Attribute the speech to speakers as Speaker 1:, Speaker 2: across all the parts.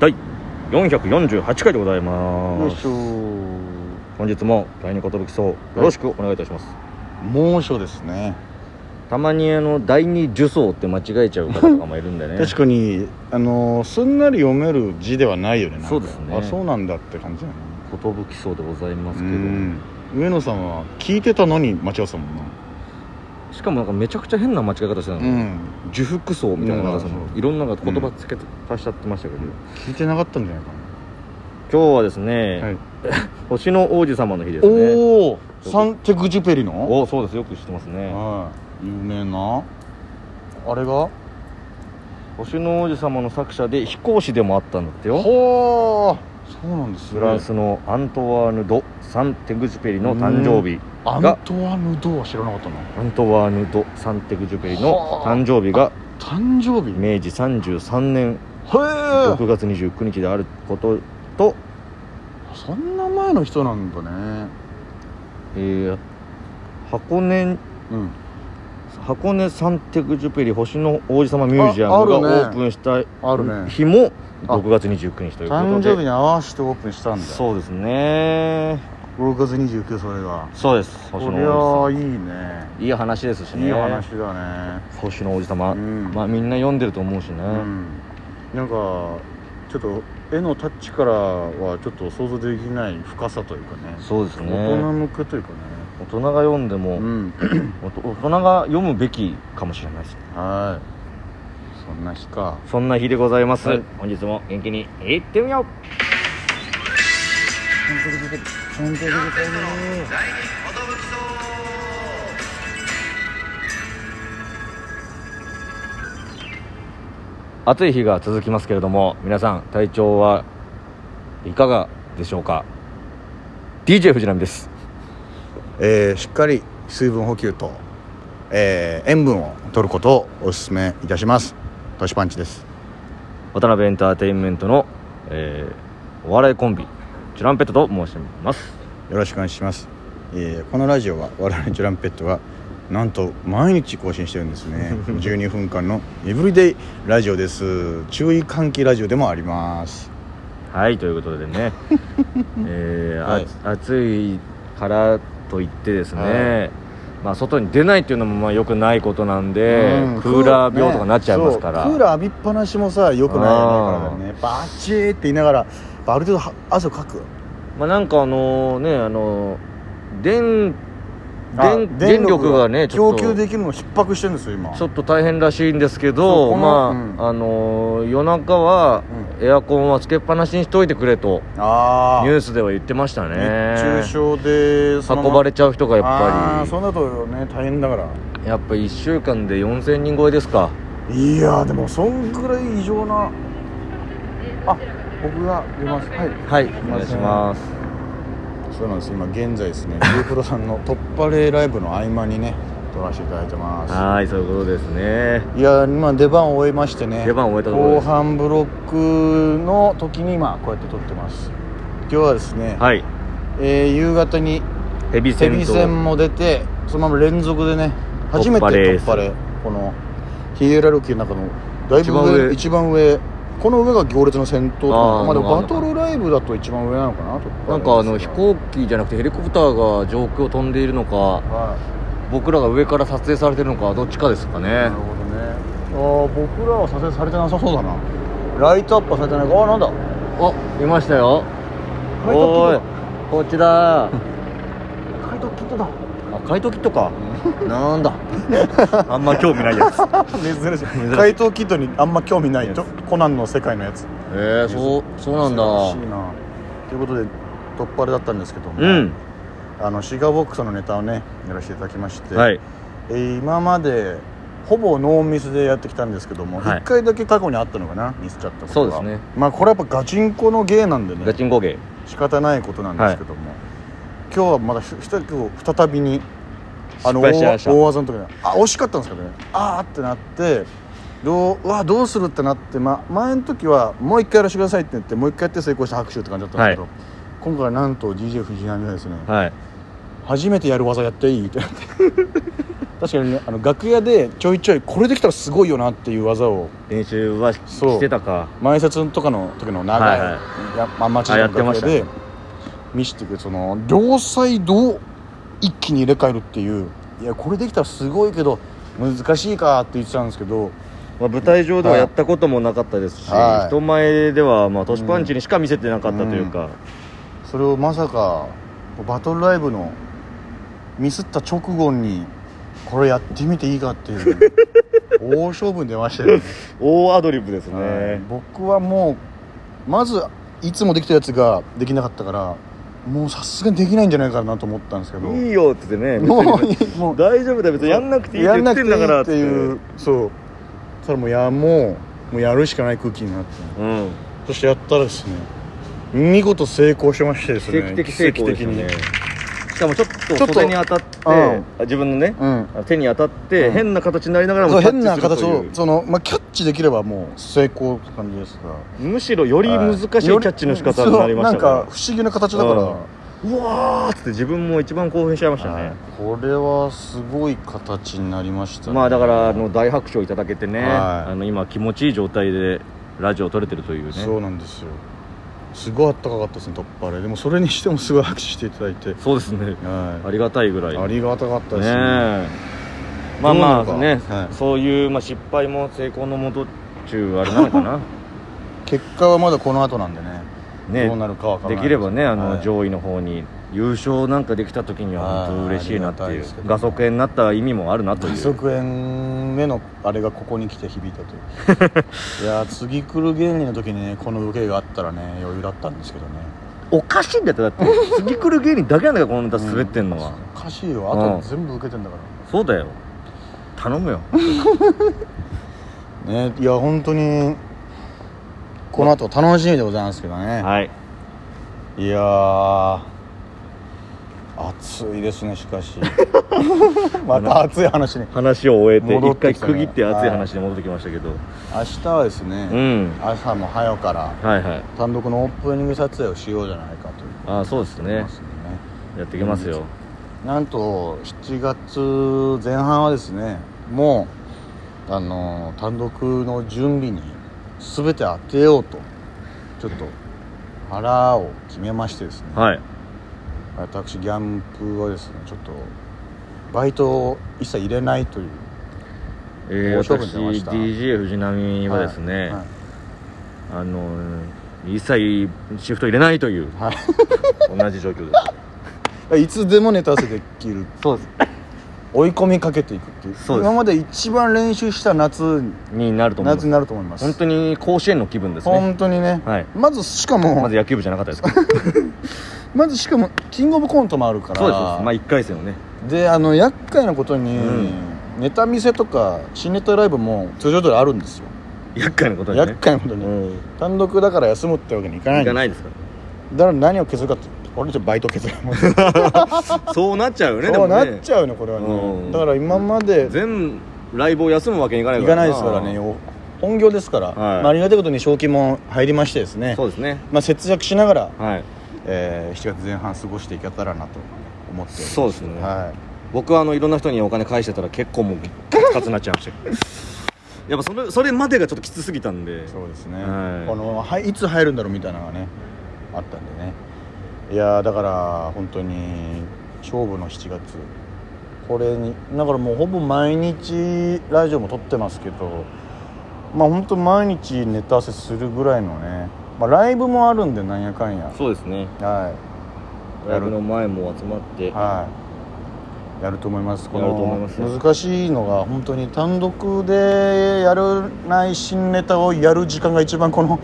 Speaker 1: 第448回でござい
Speaker 2: よ
Speaker 1: ま
Speaker 2: いし
Speaker 1: す
Speaker 2: ょ
Speaker 1: 本日も第二寿荘よろしくお願いいたします、
Speaker 2: 猛暑ですね
Speaker 1: たまにあの第二受荘って間違えちゃう方とかもいるんでね
Speaker 2: 確かにあのーすんなり読める字ではないよねなんか
Speaker 1: そうですね
Speaker 2: あそうなんだって感じだよね
Speaker 1: 寿荘でございますけ
Speaker 2: う
Speaker 1: ど、
Speaker 2: ん上野さんは聞いてたのに間違ってたもんな
Speaker 1: しかもなんかめちゃくちゃ変な間違い方してたの、
Speaker 2: うん
Speaker 1: 受服層みたいななんかその
Speaker 2: うん
Speaker 1: いろんななんか言葉つけて足しちゃってましたけど、
Speaker 2: 聞いてなかったんじゃないか
Speaker 1: 今日はです
Speaker 2: な、
Speaker 1: ね、
Speaker 2: はい、
Speaker 1: 星の王子様の日ですね
Speaker 2: おおサンテグジュペリの
Speaker 1: おそうですよく知ってますね
Speaker 2: はい有名なあれが
Speaker 1: 星の王子様の作者で飛行士でもあったんだってよ
Speaker 2: ほーそうなんですね
Speaker 1: フランスのアントワーヌ・ド・サンテグジュペリの誕生日
Speaker 2: アン
Speaker 1: が
Speaker 2: トワヌ・ドーは知らなかったな
Speaker 1: アントワーヌ・ド・サンテグジュペリの
Speaker 2: はあ
Speaker 1: 誕生日が
Speaker 2: 誕生日へ
Speaker 1: 明治33年
Speaker 2: え
Speaker 1: 6月29日であることと、
Speaker 2: そんな前の人なんだね
Speaker 1: えー箱根
Speaker 2: うん
Speaker 1: 箱根サンテグジュペリ星の王子様ミュージアム
Speaker 2: あ
Speaker 1: がオ
Speaker 2: あるね
Speaker 1: ープンした
Speaker 2: あるね
Speaker 1: 日も
Speaker 2: あ
Speaker 1: 6月29日ということで
Speaker 2: 誕生日に合わせてオープンしたんだ
Speaker 1: そうですね
Speaker 2: 6月29それが
Speaker 1: そうです
Speaker 2: こ
Speaker 1: 星
Speaker 2: り
Speaker 1: の王子
Speaker 2: ゃあいいね
Speaker 1: 様いい話ですしね
Speaker 2: いい話だね
Speaker 1: 星の王子様、
Speaker 2: うん
Speaker 1: まあみんな読んでると思うしね、
Speaker 2: うんなんかちょっと絵のタッチからはちょっと想像できない深さというかね
Speaker 1: そうですね
Speaker 2: 大人向けというかね
Speaker 1: 大人が読んでも、
Speaker 2: うん
Speaker 1: おと大人が読むべきかもしれないです
Speaker 2: はいそんな日か
Speaker 1: そんな日でございます、
Speaker 2: はい
Speaker 1: 本日も元気にいってみよう
Speaker 2: 誕生日
Speaker 1: 暑い日が続きますけれども皆さん体調はいかがでしょうか DJ 藤波です
Speaker 2: えーしっかり水分補給と、えー塩分を取ることをお勧めいたしますトシパンチです
Speaker 1: 渡辺エンターテインメントの、えーお笑いコンビチュランペットと申します
Speaker 2: よろしくお願いします、えーこのラジオは我々ジュランペットはなんと毎日更新してるんです ね12分間のエブリデイラジオです注意喚起ラジオでもあります
Speaker 1: はいということで ね、えーあ
Speaker 2: はい
Speaker 1: 暑いからといってですね、
Speaker 2: は
Speaker 1: まあ、外に出ないっていうのもまあ良くないことなんで、
Speaker 2: うん
Speaker 1: クーラー病とかなっちゃいますから、
Speaker 2: そうクーラー浴びっぱなしもさよくないよね体にねバチーって言いながらある程度は汗をかく
Speaker 1: まあ、なんかあのねあの電
Speaker 2: あ
Speaker 1: 電電力がねちょ
Speaker 2: 供
Speaker 1: っと
Speaker 2: 給できるの逼迫してるんですよ今
Speaker 1: ちょっと大変らしいんですけ
Speaker 2: そう
Speaker 1: ど
Speaker 2: この
Speaker 1: まあ、
Speaker 2: うん
Speaker 1: あの夜中はエアコンはつけっぱなしにしといてくれと
Speaker 2: ああ
Speaker 1: ニュースでは言ってましたね
Speaker 2: 熱中症でそのま
Speaker 1: 運
Speaker 2: ま
Speaker 1: ばれちゃう人がやっ
Speaker 2: あ
Speaker 1: ぱ
Speaker 2: ーそうなるとね大変だから
Speaker 1: りやっぱ1週間で4000人超えですか
Speaker 2: いやーでもそんぐらい異常なあ僕が出ますはい
Speaker 1: はいお願いします
Speaker 2: そうなんです今現在ですね ユープロさんの突破レーライブの合間にね撮らせていただいてま
Speaker 1: はいそういうことですね
Speaker 2: すいやー今出番を終えましてね
Speaker 1: 出番を終えたところで
Speaker 2: 後
Speaker 1: す
Speaker 2: 半ブロックの時に今こうやって撮ってます今日はですね、
Speaker 1: はい
Speaker 2: えー夕方に
Speaker 1: ヘビ
Speaker 2: ヘ
Speaker 1: 戦
Speaker 2: ビ戦
Speaker 1: と
Speaker 2: も出てそのまま連続でね初めて
Speaker 1: 突破レー
Speaker 2: 突
Speaker 1: ス
Speaker 2: 破レこのヒエラルキーの中のだいぶ
Speaker 1: 一番上
Speaker 2: 上一番上この上が行列の先頭と
Speaker 1: あー
Speaker 2: かまあでも
Speaker 1: なん
Speaker 2: バ
Speaker 1: か
Speaker 2: トルライブだと一番上なのかな突破レース
Speaker 1: なんかあの飛行機じゃなくてヘリコプターが上空を飛んでいるのか
Speaker 2: はい
Speaker 1: 僕らが上から撮影されてるのかどっちかですか
Speaker 2: な
Speaker 1: ね
Speaker 2: るほどねあー僕らは撮影されてなさそうだなライトアップはされてないかあーなんだ
Speaker 1: あいましたよ
Speaker 2: 買い取
Speaker 1: お
Speaker 2: っ
Speaker 1: いこっちだあ
Speaker 2: カイトキットだ
Speaker 1: 買い時とかなんだあんま興味ないや つ
Speaker 2: 珍しい怪盗キットにあんま興味ないとコナンの世界のやつ
Speaker 1: えー、そうそうなん
Speaker 2: 珍し
Speaker 1: だ
Speaker 2: いなということで突破レだったんですけども、
Speaker 1: うん
Speaker 2: あのシガーボックスのネタをねやらせていただきまして、
Speaker 1: はい
Speaker 2: えー今までほぼノーミスでやってきたんですけども、一
Speaker 1: はい
Speaker 2: 1回だけ過去にあったのかなミスっちゃったことが
Speaker 1: そうですね
Speaker 2: まあこれはやっぱガチンコの芸なんでね
Speaker 1: ガチンコ芸
Speaker 2: 仕方ないことなんですけども、今日はまだひひと今日再びにあの
Speaker 1: 失敗しちゃいま
Speaker 2: 大
Speaker 1: した
Speaker 2: 大技の時にあ惜しかったんですけどねあーってなってどううわどうするってなって、ま、前の時はもう一回やらせてくださいって言ってもう一回やって成功した拍手って感じだったんですけど、
Speaker 1: は
Speaker 2: 今回なんと DJ 藤波がですね、
Speaker 1: はい
Speaker 2: 初めてやる技やっていいってなって 確かにねあの楽屋でちょいちょいこれできたらすごいよなっていう技を
Speaker 1: 練習はし
Speaker 2: そう
Speaker 1: してたか
Speaker 2: 前説とかの時の長い、
Speaker 1: はいは
Speaker 2: やま町の
Speaker 1: あやってま
Speaker 2: 楽
Speaker 1: した
Speaker 2: 屋
Speaker 1: ね
Speaker 2: で見せてくれその両サイドを一気に入れ替えるっていういやこれできたらすごいけど難しいかって言ってたんですけど
Speaker 1: まあ、舞台上ではやったこともなかったですし、
Speaker 2: はい
Speaker 1: 人前ではまあ年パンチにしか見せてなかったというか、
Speaker 2: それをまさかバトルライブのミスった直後にこれやってみていいかっていう 大勝負に出ましたよね
Speaker 1: 大アドリブですね、
Speaker 2: はい僕はもうまずいつもできたやつができなかったからもうさすがにできないんじゃないかなと思ったんですけど
Speaker 1: いいよって言ってね
Speaker 2: も
Speaker 1: 別
Speaker 2: う
Speaker 1: に
Speaker 2: いいもう
Speaker 1: 大丈夫だよ別にやんなくていいって言ってんだから
Speaker 2: やんなくていいっていううそうそれもうやもうもうやるしかない空気になって
Speaker 1: うん
Speaker 2: そしてやったらですね見事成功しましてです
Speaker 1: 奇
Speaker 2: ね
Speaker 1: 跡的成功ですよね
Speaker 2: 奇跡的に
Speaker 1: しかもちょっ
Speaker 2: ちょっ
Speaker 1: と
Speaker 2: と
Speaker 1: 袖に当たって
Speaker 2: うん
Speaker 1: あ自分のね
Speaker 2: うん
Speaker 1: あ手に当たって、
Speaker 2: うん
Speaker 1: 変な形になりながら
Speaker 2: そ
Speaker 1: も
Speaker 2: う変な
Speaker 1: タッチ
Speaker 2: 形
Speaker 1: すると
Speaker 2: を
Speaker 1: いう
Speaker 2: その、まあ、キャッチできればもう成功って感じですが
Speaker 1: むしろより難しいキャッチの仕方になりました
Speaker 2: そうなんか不思議な形だから、
Speaker 1: うんうわーっつって自分も一番興奮しちゃいましたね、
Speaker 2: これはすごい形になりましたね
Speaker 1: まあだからあの大拍手をいただけてね、
Speaker 2: はい
Speaker 1: あの今気持ちいい状態でラジオを撮れてるというねそ
Speaker 2: そううなんですよすごいあったかかったですねトップバレでもそれにしてもすごい拍手していただいて、
Speaker 1: ですねあ
Speaker 2: は
Speaker 1: りがたいぐらい
Speaker 2: い、
Speaker 1: ね
Speaker 2: ありがたかったですね
Speaker 1: えまあ
Speaker 2: どうな
Speaker 1: ま
Speaker 2: のか
Speaker 1: あね、
Speaker 2: はい
Speaker 1: そういう、まあ、失敗も成功のもとっちゅうあれなのか な
Speaker 2: 結果はまだこの後なんでねど
Speaker 1: ね
Speaker 2: うなるかわからない
Speaker 1: できればねあの、
Speaker 2: はい
Speaker 1: 上位の方に優勝なんかできた時には本当嬉しいなって
Speaker 2: はいあ
Speaker 1: い
Speaker 2: り
Speaker 1: う
Speaker 2: がたいですけどね
Speaker 1: 画速円になった意味もあるなという
Speaker 2: 二足円目のあれがここに来て響いたという いやー次来る芸人の時にねこの受けがあったらね余裕だったんですけどね
Speaker 1: おかしいんだって だって次来る芸人だけなんだからこのネタ滑ってんのは、
Speaker 2: うんおかしいよあと全部受けてんだから、
Speaker 1: そうだよ頼むよ
Speaker 2: ねいや本当にこの後楽しみでございますけどね、
Speaker 1: はい
Speaker 2: い、やー暑いですねしか しまた暑い話に
Speaker 1: 話を終えて
Speaker 2: 戻
Speaker 1: 一
Speaker 2: って
Speaker 1: 回
Speaker 2: きたね
Speaker 1: 区切って熱い話に戻ってきましたけど、
Speaker 2: 明日はですね、
Speaker 1: うん
Speaker 2: 朝も早から
Speaker 1: はいはい
Speaker 2: 単独のオープニング撮影をしようじゃないかという
Speaker 1: ああそうです
Speaker 2: こと
Speaker 1: ね
Speaker 2: ですね
Speaker 1: やってきますよ
Speaker 2: なんと7月前半はですねもうあの単独の準備に全て当てようとちょっと腹を決めましてですね、
Speaker 1: はい
Speaker 2: 私ギャンプはですねちょっとバイトを一切入れないという
Speaker 1: えー、
Speaker 2: 大勝負
Speaker 1: 私
Speaker 2: に出ました
Speaker 1: DJ 藤波はですね、
Speaker 2: はい
Speaker 1: あの一切シフト入れないという
Speaker 2: はい
Speaker 1: 同じ状況です
Speaker 2: はい、 いつでもネタ合わせできる
Speaker 1: そうです
Speaker 2: 追い込みかけていくっていう
Speaker 1: そうです
Speaker 2: 今まで一番練習した夏に
Speaker 1: になると思いま
Speaker 2: 夏
Speaker 1: す
Speaker 2: になると思います
Speaker 1: 本当に甲子園の気分ですね
Speaker 2: 本当にね
Speaker 1: はい
Speaker 2: まずしかも
Speaker 1: まず野球部じゃなかった ですけどそうです
Speaker 2: まずしかもキングオブコントもあるから
Speaker 1: そうですまあ1回戦をね
Speaker 2: であの厄介なことに、
Speaker 1: う
Speaker 2: ネタ見せとか新ネタライブも通常通りあるんですよ、
Speaker 1: 厄介なことにね
Speaker 2: 厄介なことに、
Speaker 1: うん
Speaker 2: 単独だから休むってわけにいかない
Speaker 1: いかないいですか
Speaker 2: だから何を削るかって俺ちょっとバイト削るそ
Speaker 1: らそうなっちゃうよね
Speaker 2: うな
Speaker 1: でも
Speaker 2: っ
Speaker 1: ね
Speaker 2: ちゃうねこれはね、
Speaker 1: うん
Speaker 2: だから今まで
Speaker 1: 全ライブを休むわけにいかない
Speaker 2: い
Speaker 1: か
Speaker 2: からないですからねよ本業ですから、
Speaker 1: はい
Speaker 2: まあ、ありがたいことに賞金も入りましてですね
Speaker 1: そうですね
Speaker 2: まあ、節約しながら、
Speaker 1: はい
Speaker 2: えー7月前半過ごしていけたらなと思っております
Speaker 1: そうですね
Speaker 2: は
Speaker 1: 僕はあのいろんな人にお金返してたら結構もうカツカツになっちゃいました やっぱそれそれまでがちょっときつすぎたんで
Speaker 2: い、そうですね、
Speaker 1: はい
Speaker 2: このはいいつ入るんだろうみたいなのがねあったんでねいやーだから本当に勝負の7月これにだからもうほぼ毎日ラジオも撮ってますけどまあ本当毎日ネタ合わせするぐらいのね、まあ、ライブもあるんでなんやかんや
Speaker 1: そうですね
Speaker 2: はい
Speaker 1: ライブの前も集まって
Speaker 2: はいやると思いますこ
Speaker 1: やると思いますよ
Speaker 2: の難しいのが本当に単独でやるない新ネタをやる時間が一番この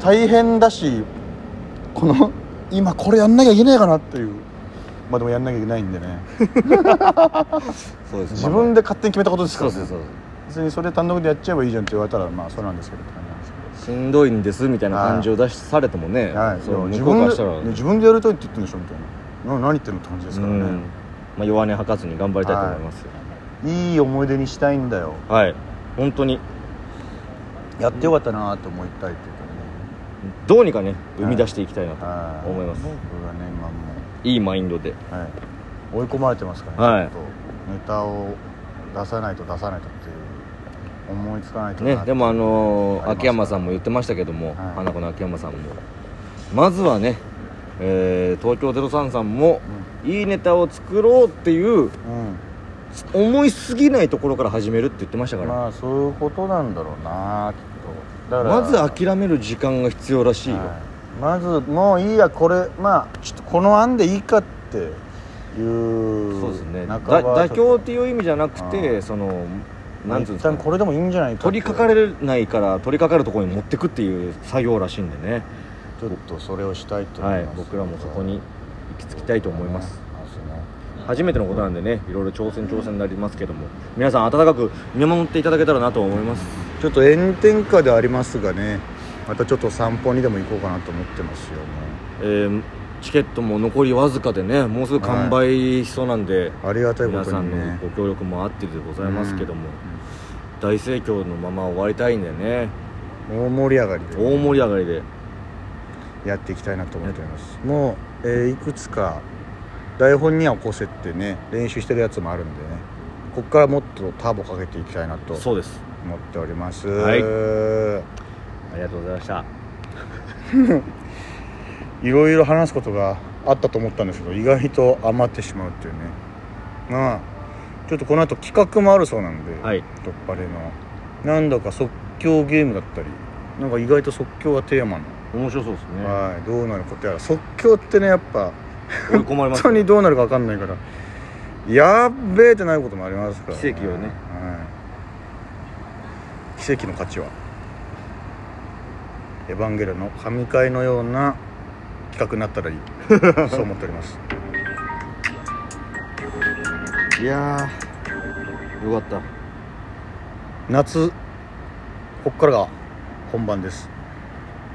Speaker 2: 大変だしこの今これやんなきゃいけないかなっていうまあでもやんなきゃいけないんでね
Speaker 1: そうです
Speaker 2: 自分で勝手に決めたことですか
Speaker 1: そう
Speaker 2: ら、
Speaker 1: そうそう
Speaker 2: 別にそれ単独でやっちゃえばいいじゃんって言われたらまあそうなんですけどって感じなんですけど
Speaker 1: しんどいんですみたいな感じを出しされてもね、
Speaker 2: はい、
Speaker 1: そ
Speaker 2: で
Speaker 1: う
Speaker 2: も
Speaker 1: 向
Speaker 2: 自
Speaker 1: こうか
Speaker 2: 分
Speaker 1: ら
Speaker 2: で
Speaker 1: したら、
Speaker 2: 自分でやりたいって言ってるんでしょみたいなな何言ってるのって感じです
Speaker 1: う
Speaker 2: からね、
Speaker 1: んまあ、弱音吐かずに頑張りたいと思います
Speaker 2: いい思い出にしたいんだよ
Speaker 1: はい、本当に
Speaker 2: やってよかったなと思いたいっていうかね
Speaker 1: どうにかね生み出していきたいなと、
Speaker 2: はい
Speaker 1: 思います
Speaker 2: 僕はね今も
Speaker 1: い、いマインドで
Speaker 2: う、はい、追い込まれてますからね、
Speaker 1: はい
Speaker 2: ちょっネタを出さないと出さないとっていう思いつかないとな
Speaker 1: ね、でもあのー
Speaker 2: あります
Speaker 1: 秋山さんも言ってましたけども、
Speaker 2: はい
Speaker 1: 花子の秋山さんもまずはね、えー東京03さんもいいネタを作ろうっていう
Speaker 2: うん、
Speaker 1: 思いすぎないところから始めるって言ってましたから、
Speaker 2: まあそういうことなんだろうなきっとだから
Speaker 1: まず諦める時間が必要らしいよ、
Speaker 2: はいまずもういいやこれまあちょっとこの案でいいかっていう
Speaker 1: そうですねだ
Speaker 2: 半ば
Speaker 1: 妥
Speaker 2: ちょ
Speaker 1: 協
Speaker 2: っ
Speaker 1: っ
Speaker 2: と
Speaker 1: ていう意味じゃなく
Speaker 2: あー
Speaker 1: てそのなんつうんで
Speaker 2: 一
Speaker 1: すか
Speaker 2: 旦
Speaker 1: ね
Speaker 2: これでもいいんじゃないか
Speaker 1: 取りかかれないから取りかかるところに持ってくっていう作業らしいんでね、
Speaker 2: ちょっとそれをしたいと思
Speaker 1: はいい
Speaker 2: ま、す、
Speaker 1: 僕らもそこに行き着きたいと思います、
Speaker 2: ね
Speaker 1: 初めてのことなんでねいろいろ挑戦挑戦になりますけども皆さん温かく見守っていただけたらなと思います
Speaker 2: ちょっと炎天下でありますがねまたちょっと散歩にでも行こうかなと思ってますよも
Speaker 1: えーチケットも残りわずかでねもうすぐ完売しそうなんで、
Speaker 2: うありがたいこ
Speaker 1: 皆
Speaker 2: と
Speaker 1: さん
Speaker 2: にね
Speaker 1: のご協力もあってでございますけども、
Speaker 2: う
Speaker 1: 大盛況のまま終わりたいんでね
Speaker 2: ん大盛り上がりで
Speaker 1: 大盛り上がりで
Speaker 2: やっていきたいなと思っておりますもう、えーいくつか台本には起こせってね練習してるやつもあるんでねこっからもっとターボかけていきたいなと
Speaker 1: そうです
Speaker 2: 思っております
Speaker 1: はい
Speaker 2: い
Speaker 1: ありがとうございました
Speaker 2: ろいろ話すことがあったと思ったんですけど意外と余ってしまうっていうねまあちょっとこの後企画もあるそうなんで、
Speaker 1: はい
Speaker 2: 突破レのなんだか即興ゲームだったりなんか意外と即興がテーマの、
Speaker 1: 面白そうですね
Speaker 2: はいどうなることやら即興ってねやっぱ
Speaker 1: 追い込まれま
Speaker 2: 本
Speaker 1: す
Speaker 2: 当にどうなるか分かんないからやっべえってなることもありますから、
Speaker 1: 奇跡をね
Speaker 2: はい奇跡の価値はエヴァンゲルの神回のような企画になったらいいそう思ってお りますいや
Speaker 1: よかった
Speaker 2: ー夏こっからが本番です